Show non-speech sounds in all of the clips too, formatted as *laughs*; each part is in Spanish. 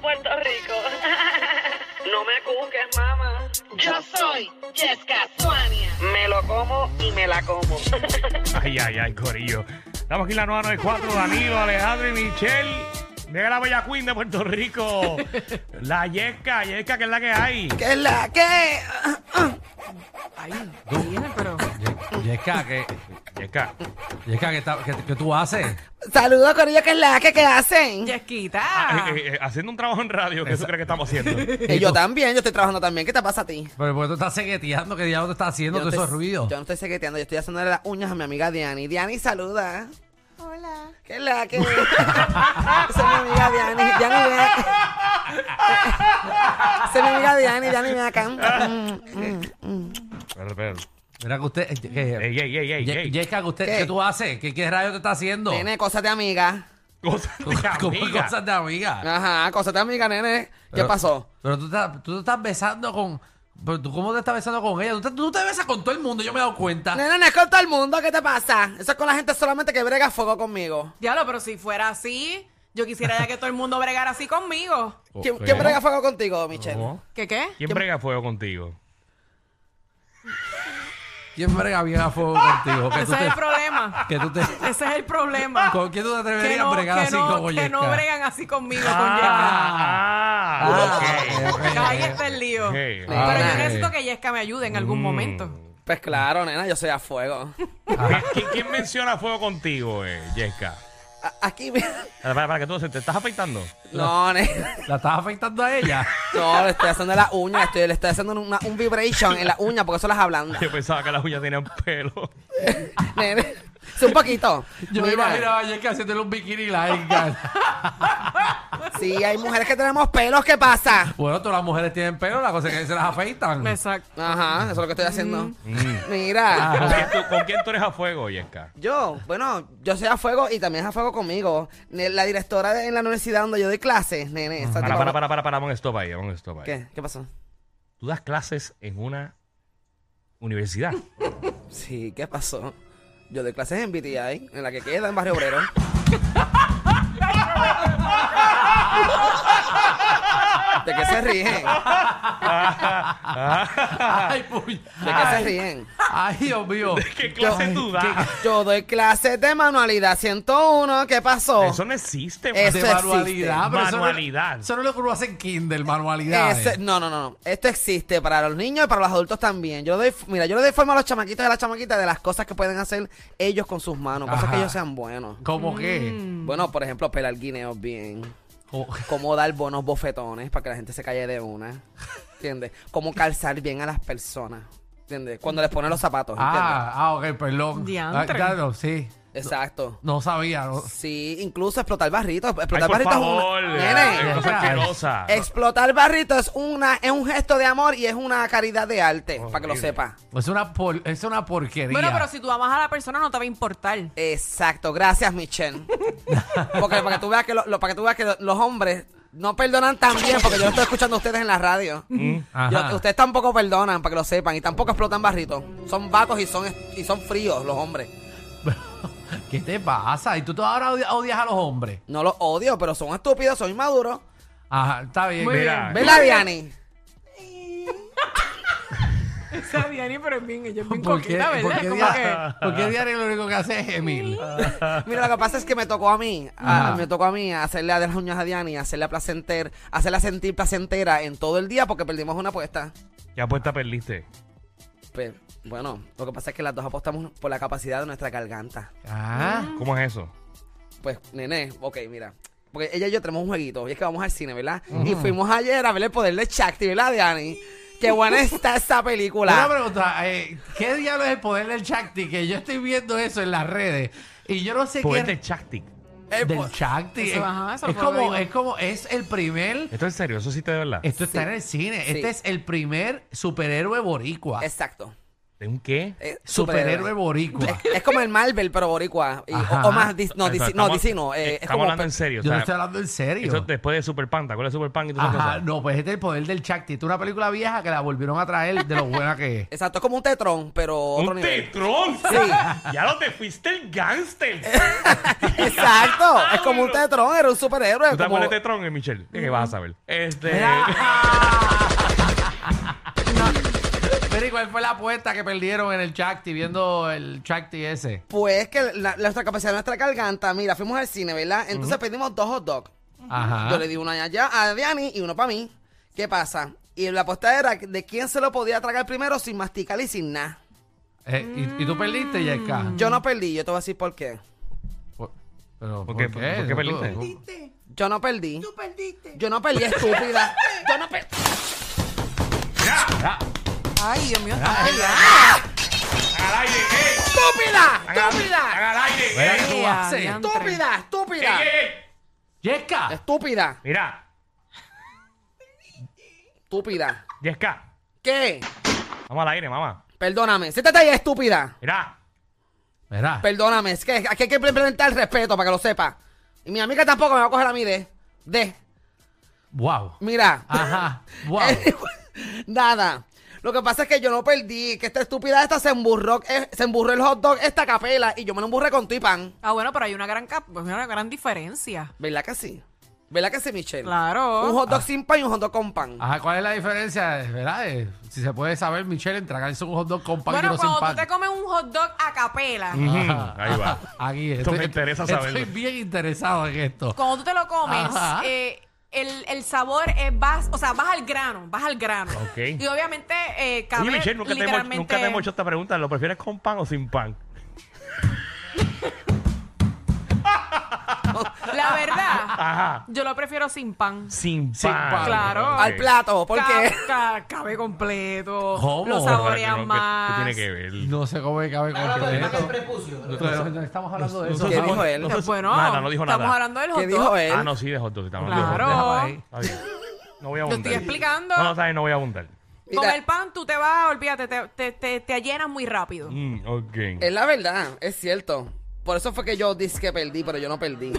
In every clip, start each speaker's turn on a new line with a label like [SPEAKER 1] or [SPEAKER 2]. [SPEAKER 1] Puerto Rico.
[SPEAKER 2] *laughs* No me cuques, mamá.
[SPEAKER 1] Yo soy Jessica Suania.
[SPEAKER 2] Me lo como y me la como.
[SPEAKER 3] Ay, ay, ay, corillo. Estamos aquí en la 994, Danilo, Alejandro y Michelle. Llega la Bella Queen de Puerto Rico. La Yesca, Yesca, que es la que hay.
[SPEAKER 4] ¿Qué es la que?
[SPEAKER 5] Ay, viene, pero.
[SPEAKER 6] Ye- Yesca, que,
[SPEAKER 3] Ah, Yesca,
[SPEAKER 6] Yesca, que, está- que- que tú haces.
[SPEAKER 4] Saludos, Corillo, ¿qué es la que? ¿Qué hacen?
[SPEAKER 6] Ah,
[SPEAKER 5] Yesquita.
[SPEAKER 3] eh, eh, eh, haciendo un trabajo en radio, ¿qué tú crees que estamos haciendo?
[SPEAKER 4] Eh, yo también, yo estoy trabajando también. ¿Qué te pasa a ti?
[SPEAKER 6] Pero porque tú estás segueteando, que diablo te estás haciendo
[SPEAKER 4] Yo no
[SPEAKER 6] todos
[SPEAKER 4] estoy-
[SPEAKER 6] esos ruidos.
[SPEAKER 4] Yo no estoy secreteando, yo estoy haciendo las uñas a mi amiga Diani. Diani, saluda. Hola. ¿Qué es la que? *laughs* Soy mi amiga Diani. Diani, ven acá. Soy mi amiga Diani. Diani, ven acá. Mm, mm, mm.
[SPEAKER 3] Pero, pero,
[SPEAKER 6] Mira que usted. eh, que-
[SPEAKER 3] Ey, ey, ey, ey,
[SPEAKER 6] Ye-
[SPEAKER 3] ey.
[SPEAKER 6] Yesca, que usted,
[SPEAKER 4] ¿Qué?
[SPEAKER 6] ¿qué tú haces? ¿Qué, qué rayos te estás haciendo? *laughs*
[SPEAKER 4] Nene, cosas de amiga.
[SPEAKER 3] Cosas de
[SPEAKER 6] Como
[SPEAKER 3] amiga.
[SPEAKER 6] cosas de amiga.
[SPEAKER 4] Ajá, cosas de amiga, nene. ¿Qué
[SPEAKER 6] Pero-
[SPEAKER 4] pasó?
[SPEAKER 6] Pero tú, estás- tú te estás besando con. Pero tú, ¿Cómo te estás besando con ella? Tú te, tú te besas con todo el mundo, yo me he dado cuenta.
[SPEAKER 4] Nene, no es con todo el mundo. ¿Qué te pasa? Eso es con la gente solamente que brega fuego conmigo.
[SPEAKER 5] Diablo, pero si fuera así, yo quisiera ya que todo el mundo bregara así conmigo.
[SPEAKER 4] ¿Quién,
[SPEAKER 6] Ok.
[SPEAKER 4] quién brega fuego contigo, Michelle?
[SPEAKER 6] ¿Cómo?
[SPEAKER 5] ¿Qué qué?
[SPEAKER 3] ¿Quién brega fuego contigo?
[SPEAKER 6] ¿Quién brega bien a fuego contigo? Que tú
[SPEAKER 5] Ese es
[SPEAKER 6] te,
[SPEAKER 5] el problema.
[SPEAKER 6] que tú te-
[SPEAKER 5] Ese es el problema.
[SPEAKER 6] ¿Con quién tú te
[SPEAKER 5] Que
[SPEAKER 6] atreverías
[SPEAKER 5] no,
[SPEAKER 6] a bregar
[SPEAKER 5] que
[SPEAKER 6] así
[SPEAKER 5] no-
[SPEAKER 6] como
[SPEAKER 5] que no
[SPEAKER 6] Yesca?
[SPEAKER 5] bregan así conmigo,
[SPEAKER 3] Ah,
[SPEAKER 6] Ah,
[SPEAKER 3] ok.
[SPEAKER 6] ok,
[SPEAKER 5] con Yesca.
[SPEAKER 6] ok,
[SPEAKER 5] Ahí está el lío.
[SPEAKER 3] Ok.
[SPEAKER 6] Ah,
[SPEAKER 5] Pero
[SPEAKER 6] ok. Mm.
[SPEAKER 5] yo necesito que Yesca me ayude en algún momento.
[SPEAKER 4] Pues claro, nena, yo soy a fuego.
[SPEAKER 3] ¿Qui- qui- ¿Quién menciona fuego contigo, eh, Yesca?
[SPEAKER 4] A- Aquí, mira.
[SPEAKER 3] Para, para, para, que tú se- te estás afeitando.
[SPEAKER 4] *laughs* No, nena.
[SPEAKER 6] ¿La estás afectando a ella?
[SPEAKER 4] No, le estoy haciendo la uña, estoy, le estoy haciendo una- un vibration en la uña porque eso las ablanda.
[SPEAKER 3] Yo pensaba que las uñas tenían pelo.
[SPEAKER 4] Nene, sí, un poquito.
[SPEAKER 6] Yo me
[SPEAKER 4] Mira,
[SPEAKER 6] imaginaba a Yesca haciéndole un bikini line. cara.
[SPEAKER 4] Sí, hay mujeres que tenemos pelos, ¿qué pasa?
[SPEAKER 6] bueno, todas las mujeres tienen pelo, la cosa es que se las afeitan.
[SPEAKER 5] *laughs* Exacto.
[SPEAKER 4] Ajá, eso es lo que estoy haciendo. Mira.
[SPEAKER 3] ¿Con quién, tú, con quién tú eres a fuego, Yesca?
[SPEAKER 4] Yo, bueno, yo soy a fuego y también es a fuego conmigo. Ne- La directora de- en la universidad donde yo doy clases, nene. esa
[SPEAKER 3] Para,
[SPEAKER 4] tipa-
[SPEAKER 3] para, para, para, para, vamos a stop ahí, vamos a stop ahí.
[SPEAKER 4] ¿Qué? ¿Qué pasó?
[SPEAKER 3] Tú das clases en una universidad.
[SPEAKER 4] Sí, ¿qué pasó? Yo doy clases en BTI, en la que queda en Barrio Obrero. ¿De qué se ríen?
[SPEAKER 6] Ay, puy.
[SPEAKER 4] ¿De qué se
[SPEAKER 6] Ay,
[SPEAKER 4] ríen?
[SPEAKER 6] ay, Dios mío.
[SPEAKER 3] *laughs* ¿Qué clase tú das?
[SPEAKER 4] Yo doy clases de manualidad 101, ¿qué pasó?
[SPEAKER 3] Eso no existe.
[SPEAKER 4] Eso
[SPEAKER 6] De
[SPEAKER 4] existe.
[SPEAKER 6] manualidad. pero eso no-
[SPEAKER 3] Manualidad.
[SPEAKER 6] Eso no es lo que uno hace en Kindle, manualidad.
[SPEAKER 4] Ese- no, no, no, no. Esto existe para los niños y para los adultos también. Yo doy, mira, yo le doy forma a los chamaquitos y a las chamaquitas de las cosas que pueden hacer ellos con sus manos, cosas
[SPEAKER 6] Ajá.
[SPEAKER 4] que ellos sean buenos.
[SPEAKER 5] Mm.
[SPEAKER 6] ¿Cómo qué?
[SPEAKER 4] Bueno, por ejemplo, pelar guineos bien.
[SPEAKER 6] ¿Cómo-
[SPEAKER 4] Cómo dar buenos bofetones para que la gente se calle de una. ¿Entiendes? Cómo calzar bien a las personas. ¿Entiendes? Cuando les ponen los zapatos. ¿entiendes?
[SPEAKER 6] Ah, ah, ok, perdón. Ah,
[SPEAKER 5] Diantre.
[SPEAKER 6] claro, sí.
[SPEAKER 4] Exacto.
[SPEAKER 6] No sabía. no.
[SPEAKER 4] Sí, incluso explotar barritos.
[SPEAKER 3] Ay,
[SPEAKER 4] Explotar
[SPEAKER 3] por
[SPEAKER 4] barritos es una-
[SPEAKER 3] favor.
[SPEAKER 4] Nene,
[SPEAKER 3] eh, Cosa asquerosa.
[SPEAKER 4] Explotar barrito es una es un gesto de amor y es una caridad de arte, para que lo
[SPEAKER 3] Horrible.
[SPEAKER 4] sepa.
[SPEAKER 6] Es una, por- es una porquería.
[SPEAKER 5] Bueno, pero si tú amas a la persona, no te va a importar.
[SPEAKER 4] Exacto, gracias Michelle. Porque para que tú veas que lo- lo- para que tú veas que lo- los hombres no perdonan tan bien, porque yo lo estoy escuchando a ustedes en la radio.
[SPEAKER 6] Ajá.
[SPEAKER 4] Yo- ustedes tampoco perdonan, para que lo sepan, y tampoco explotan barritos. Son vacos y son y son fríos los hombres.
[SPEAKER 6] ¿Qué te pasa? ¿Y tú todavía ahora odi- odias a los hombres?
[SPEAKER 4] No los odio, pero son estúpidos, son inmaduros.
[SPEAKER 6] Ajá, está bien.
[SPEAKER 5] Muy
[SPEAKER 3] Mira,
[SPEAKER 5] bien.
[SPEAKER 4] ¿Verdad, Diani?
[SPEAKER 5] Esa Diani, pero es bien, ella es bien
[SPEAKER 6] ¿Por qué,
[SPEAKER 5] coqueta, ¿verdad?
[SPEAKER 6] por qué Ah.
[SPEAKER 5] Como
[SPEAKER 6] dia-
[SPEAKER 5] que-
[SPEAKER 6] por qué diario lo único que hace es gemir?
[SPEAKER 4] Mira, lo que pasa es que me tocó a mí, a-
[SPEAKER 6] Ajá.
[SPEAKER 4] me tocó a mí hacerle a de las uñas a Diani, hacerla placenter, hacerla sentir placentera en todo el día porque perdimos una apuesta.
[SPEAKER 3] ¿Qué apuesta perdiste?
[SPEAKER 4] Pues, bueno, lo que pasa es que las dos apostamos por la capacidad de nuestra garganta.
[SPEAKER 6] Ah,
[SPEAKER 3] ¿Cómo es eso?
[SPEAKER 4] Pues, nene, ok, mira. Porque ella y yo tenemos un jueguito, y es que vamos al cine, ¿verdad? Y fuimos ayer a ver el poder de Shakti, ¿verdad, Diani? Qué buena está esa
[SPEAKER 6] una
[SPEAKER 4] película.
[SPEAKER 6] pregunta, eh, ¿qué diablo es el poder del Chacti? Que yo estoy viendo eso en las redes y yo no sé
[SPEAKER 3] Poder
[SPEAKER 6] qué
[SPEAKER 3] de Chactic.
[SPEAKER 4] El po-
[SPEAKER 6] del Chacti.
[SPEAKER 5] Eso,
[SPEAKER 6] Es,
[SPEAKER 5] ajá, eso
[SPEAKER 6] es
[SPEAKER 5] fue lo
[SPEAKER 6] como,
[SPEAKER 5] que digo.
[SPEAKER 6] es como, es el primer,
[SPEAKER 3] Esto es serio, eso sí te de verdad.
[SPEAKER 6] esto está en el cine,
[SPEAKER 4] Sí.
[SPEAKER 6] este es el primer superhéroe boricua.
[SPEAKER 4] Exacto.
[SPEAKER 3] ¿De un qué?
[SPEAKER 4] Eh,
[SPEAKER 6] Superhéroe boricua.
[SPEAKER 4] Es, es como el Marvel, pero boricua. Y- o-
[SPEAKER 6] Ajá.
[SPEAKER 4] o, más, dis- no,
[SPEAKER 3] Eso,
[SPEAKER 4] DC, no,
[SPEAKER 3] estamos-
[SPEAKER 4] DC no. eh, es
[SPEAKER 3] estamos
[SPEAKER 4] como,
[SPEAKER 3] hablando en serio. o
[SPEAKER 6] *laughs* Yo no
[SPEAKER 3] sea,
[SPEAKER 6] estoy hablando en serio.
[SPEAKER 3] Eso después de Super Panda. ¿Cuál es Super Panda? y todas esas
[SPEAKER 6] Ajá,
[SPEAKER 3] cosas?
[SPEAKER 6] no, pues este es el poder del Chacti. Esta es una película vieja que la volvieron a traer de lo
[SPEAKER 4] *laughs*
[SPEAKER 6] buena que es.
[SPEAKER 4] Exacto, es como un tetrón, pero otro
[SPEAKER 3] ¡Un
[SPEAKER 4] nivel.
[SPEAKER 3] tetrón!
[SPEAKER 4] Sí.
[SPEAKER 3] ¡Ya lo te fuiste el gángster!
[SPEAKER 4] *laughs* Exacto, es como un tetrón, era un superhéroe.
[SPEAKER 6] *laughs*
[SPEAKER 3] ¿Tú te
[SPEAKER 4] como-
[SPEAKER 3] acuerdas de tetrón, eh, Michelle? ¿Qué vas a saber? Este... *laughs*
[SPEAKER 6] Pero ¿y cuál fue la apuesta que perdieron en el Chacti viendo el Chacti ese?
[SPEAKER 4] Pues que la- nuestra capacidad, nuestra garganta, mira, fuimos al cine, ¿verdad? Entonces pedimos dos hot dogs.
[SPEAKER 6] Ajá.
[SPEAKER 4] Yo le di uno allá a Diani y uno para mí. ¿Qué pasa? Y la apuesta era de quién se lo podía tragar primero sin masticar y sin nada.
[SPEAKER 6] Eh, ¿y, y tú perdiste,
[SPEAKER 5] Mm,
[SPEAKER 6] Yeka?
[SPEAKER 4] Yo no perdí, yo te voy a decir por qué.
[SPEAKER 6] Por- Pero,
[SPEAKER 3] ¿Por qué- por qué perdiste?
[SPEAKER 6] ¿Cómo-
[SPEAKER 4] Yo no perdí. Tú perdiste. Yo no perdí, estúpida. yo no perdí.
[SPEAKER 6] Ah,
[SPEAKER 5] Ay, Dios mío.
[SPEAKER 3] ¡Al aire! ¡Eh!
[SPEAKER 4] ¡Estúpida!
[SPEAKER 3] ¡Haga-
[SPEAKER 4] ¡Estúpida!
[SPEAKER 3] haga al aire!
[SPEAKER 6] Mira,
[SPEAKER 3] eh.
[SPEAKER 6] ¿qué tú
[SPEAKER 5] Ya,
[SPEAKER 6] haces?
[SPEAKER 5] ya.
[SPEAKER 4] ¡Estúpida!
[SPEAKER 3] ¡Eh,
[SPEAKER 4] ¡Estúpida!
[SPEAKER 3] eh, eh!
[SPEAKER 6] Yeka.
[SPEAKER 4] ¡Estúpida!
[SPEAKER 3] Mira,
[SPEAKER 4] ¡Estúpida!
[SPEAKER 3] Jessica,
[SPEAKER 4] ¿Qué?
[SPEAKER 3] vamos al aire, mamá.
[SPEAKER 4] Perdóname. Siéntate ahí, estúpida.
[SPEAKER 3] Mira,
[SPEAKER 6] Mira.
[SPEAKER 4] Perdóname. Es que aquí hay que implementar el respeto para que lo sepa. Y mi amiga tampoco me va a coger a mí de. De.
[SPEAKER 6] Wow.
[SPEAKER 4] Mira.
[SPEAKER 6] Ajá. Wow.
[SPEAKER 4] *laughs* Nada. Lo que pasa es que yo no perdí, que esta estúpida esta se emburró, eh, se emburró el hot dog, esta capela, y yo me lo emburré con tu y pan.
[SPEAKER 5] Ah, bueno, pero hay una gran, cap- pues, una gran diferencia.
[SPEAKER 4] ¿Verdad que sí? ¿Verdad que sí, Michelle?
[SPEAKER 5] Claro.
[SPEAKER 4] Un hot dog sin pan y un hot dog con pan.
[SPEAKER 3] Ah,
[SPEAKER 6] Ajá, ¿cuál es la diferencia? ¿Verdad? Eh, si se puede saber, Michelle, en tragarse un hot dog con pan y
[SPEAKER 5] bueno,
[SPEAKER 6] no sin
[SPEAKER 5] cuando
[SPEAKER 6] pan.
[SPEAKER 5] tú te comes un hot dog a capela,
[SPEAKER 3] Mm.
[SPEAKER 6] Ajá,
[SPEAKER 3] Ahí va.
[SPEAKER 6] ajá, *laughs* Aquí
[SPEAKER 3] Esto me interesa saberlo.
[SPEAKER 6] Estoy bien interesado en esto.
[SPEAKER 5] cuando tú te lo comes,
[SPEAKER 6] Ajá.
[SPEAKER 5] eh, el, el sabor es vas, o sea, vas al grano, vas al grano.
[SPEAKER 3] Ok.
[SPEAKER 5] Y obviamente, eh,
[SPEAKER 3] Oye,
[SPEAKER 5] cabe
[SPEAKER 3] Michelle, nunca te, hemos,
[SPEAKER 5] literalmente...
[SPEAKER 3] nunca te hemos hecho esta pregunta. ¿Lo prefieres con pan o sin pan?
[SPEAKER 5] La verdad,
[SPEAKER 3] *laughs* Ajá.
[SPEAKER 5] yo lo prefiero sin pan.
[SPEAKER 3] Sin,
[SPEAKER 6] Sin
[SPEAKER 3] pan.
[SPEAKER 6] pan.
[SPEAKER 5] Claro.
[SPEAKER 3] Ok.
[SPEAKER 4] Al plato,
[SPEAKER 5] Ca-
[SPEAKER 4] porque
[SPEAKER 5] ca- cabe completo.
[SPEAKER 6] ¿Cómo?
[SPEAKER 5] Lo
[SPEAKER 3] Ahora que
[SPEAKER 5] saborean
[SPEAKER 3] no, que-
[SPEAKER 5] más.
[SPEAKER 3] que tiene que ver?
[SPEAKER 6] No sé cómo es que cabe con Pero no estamos hablando de eso.
[SPEAKER 4] ¿Qué dijo él?
[SPEAKER 5] Pues bueno,
[SPEAKER 3] Nada, no dijo
[SPEAKER 5] estamos
[SPEAKER 3] nada.
[SPEAKER 5] hablando del hot
[SPEAKER 4] ¿qué
[SPEAKER 5] dog.
[SPEAKER 4] dijo él?
[SPEAKER 3] Ah, no, sí, de hot dog. sí, estamos hablando de
[SPEAKER 5] Claro.
[SPEAKER 3] hot
[SPEAKER 6] Déjalo ahí.
[SPEAKER 3] dog. Está bien. No voy a
[SPEAKER 5] Lo
[SPEAKER 3] abundar.
[SPEAKER 5] estoy explicando.
[SPEAKER 3] No, no, está bien, no voy a abundar.
[SPEAKER 5] Con
[SPEAKER 4] Mira.
[SPEAKER 5] el pan tú te vas, olvídate, te, te, te, te allanas muy rápido.
[SPEAKER 3] Mm, ok.
[SPEAKER 4] Es la verdad, es cierto. Por eso fue que yo dije que perdí, pero yo no
[SPEAKER 3] *laughs*
[SPEAKER 4] perdí.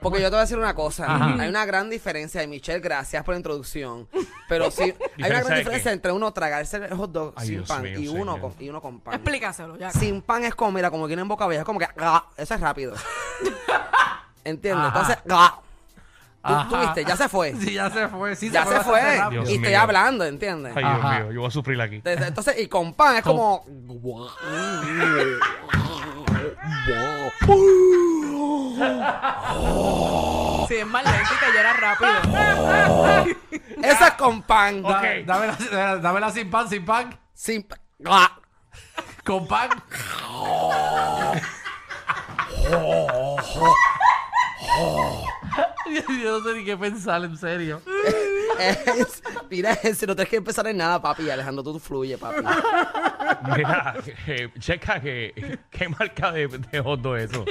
[SPEAKER 4] Porque yo te voy a decir una cosa,
[SPEAKER 6] Ajá.
[SPEAKER 4] hay una gran diferencia, y Michelle, gracias por la introducción, pero sí, hay
[SPEAKER 3] ¿Diferencia
[SPEAKER 4] una
[SPEAKER 3] de qué?
[SPEAKER 4] gran diferencia entre uno tragarse el hot dog
[SPEAKER 3] Ay,
[SPEAKER 4] sin
[SPEAKER 3] Dios
[SPEAKER 4] pan
[SPEAKER 3] mío,
[SPEAKER 4] y, uno
[SPEAKER 3] señor.
[SPEAKER 4] con, y uno con pan.
[SPEAKER 5] Explícaselo, ya.
[SPEAKER 4] Sin pan es como, mira, como tienen boca vieja, es como que, ah, eso es
[SPEAKER 6] *laughs*
[SPEAKER 4] rápido. ¿Entiendes?
[SPEAKER 6] Ajá.
[SPEAKER 4] Entonces, ah,
[SPEAKER 6] Ajá.
[SPEAKER 4] tú, tú viste, ya se fue,
[SPEAKER 6] Sí, ya se fue. Sí,
[SPEAKER 4] ya se
[SPEAKER 6] bastante
[SPEAKER 4] fue,
[SPEAKER 6] rápido.
[SPEAKER 3] Dios
[SPEAKER 4] y estoy
[SPEAKER 3] mío.
[SPEAKER 4] hablando, ¿entiendes?
[SPEAKER 3] Ay,
[SPEAKER 6] Ajá.
[SPEAKER 3] Dios mío, yo voy a
[SPEAKER 4] *laughs*
[SPEAKER 3] sufrir aquí.
[SPEAKER 4] Entonces, entonces, y con pan es como.
[SPEAKER 5] Si es más lento y te llenas rápido.
[SPEAKER 4] Eso es con pan.
[SPEAKER 3] Ok.
[SPEAKER 6] Da- Dámela, dámela- dámela sin pan, sin pan.
[SPEAKER 4] Sin pan. Ah.
[SPEAKER 6] Con pan. Yo no sé ni qué pensar, en serio.
[SPEAKER 4] Es- mira, si no tienes que empezar en nada, papi. Alejandro, tú fluye, papi.
[SPEAKER 3] Mira, eh, checa que, *laughs* qué marca de, de hot dog es eso.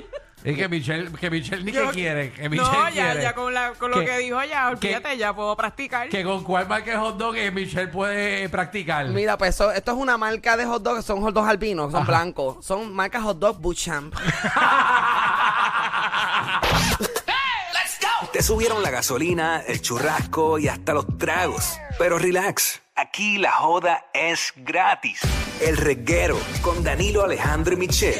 [SPEAKER 6] Es que Michelle, que Michelle ni
[SPEAKER 5] Yo-
[SPEAKER 6] que quiere. Que Michelle
[SPEAKER 5] No, ya,
[SPEAKER 6] quiere.
[SPEAKER 5] ya con, la, con lo
[SPEAKER 6] Que-
[SPEAKER 5] que dijo ya,
[SPEAKER 6] que-
[SPEAKER 5] olvídate, ya puedo practicar.
[SPEAKER 6] Que con cuál marca de hot dog eh, Michelle puede eh, practicar. *laughs*
[SPEAKER 4] Mira, pues eso- esto es una marca de hot dogs. Son hot dogs albinos, son blancos. Son marcas hot dog Bootchamp.
[SPEAKER 7] Te subieron la gasolina, el churrasco y hasta los tragos. Pero relax, aquí la joda es gratis. El reguero con Danilo Alejandro y Michel.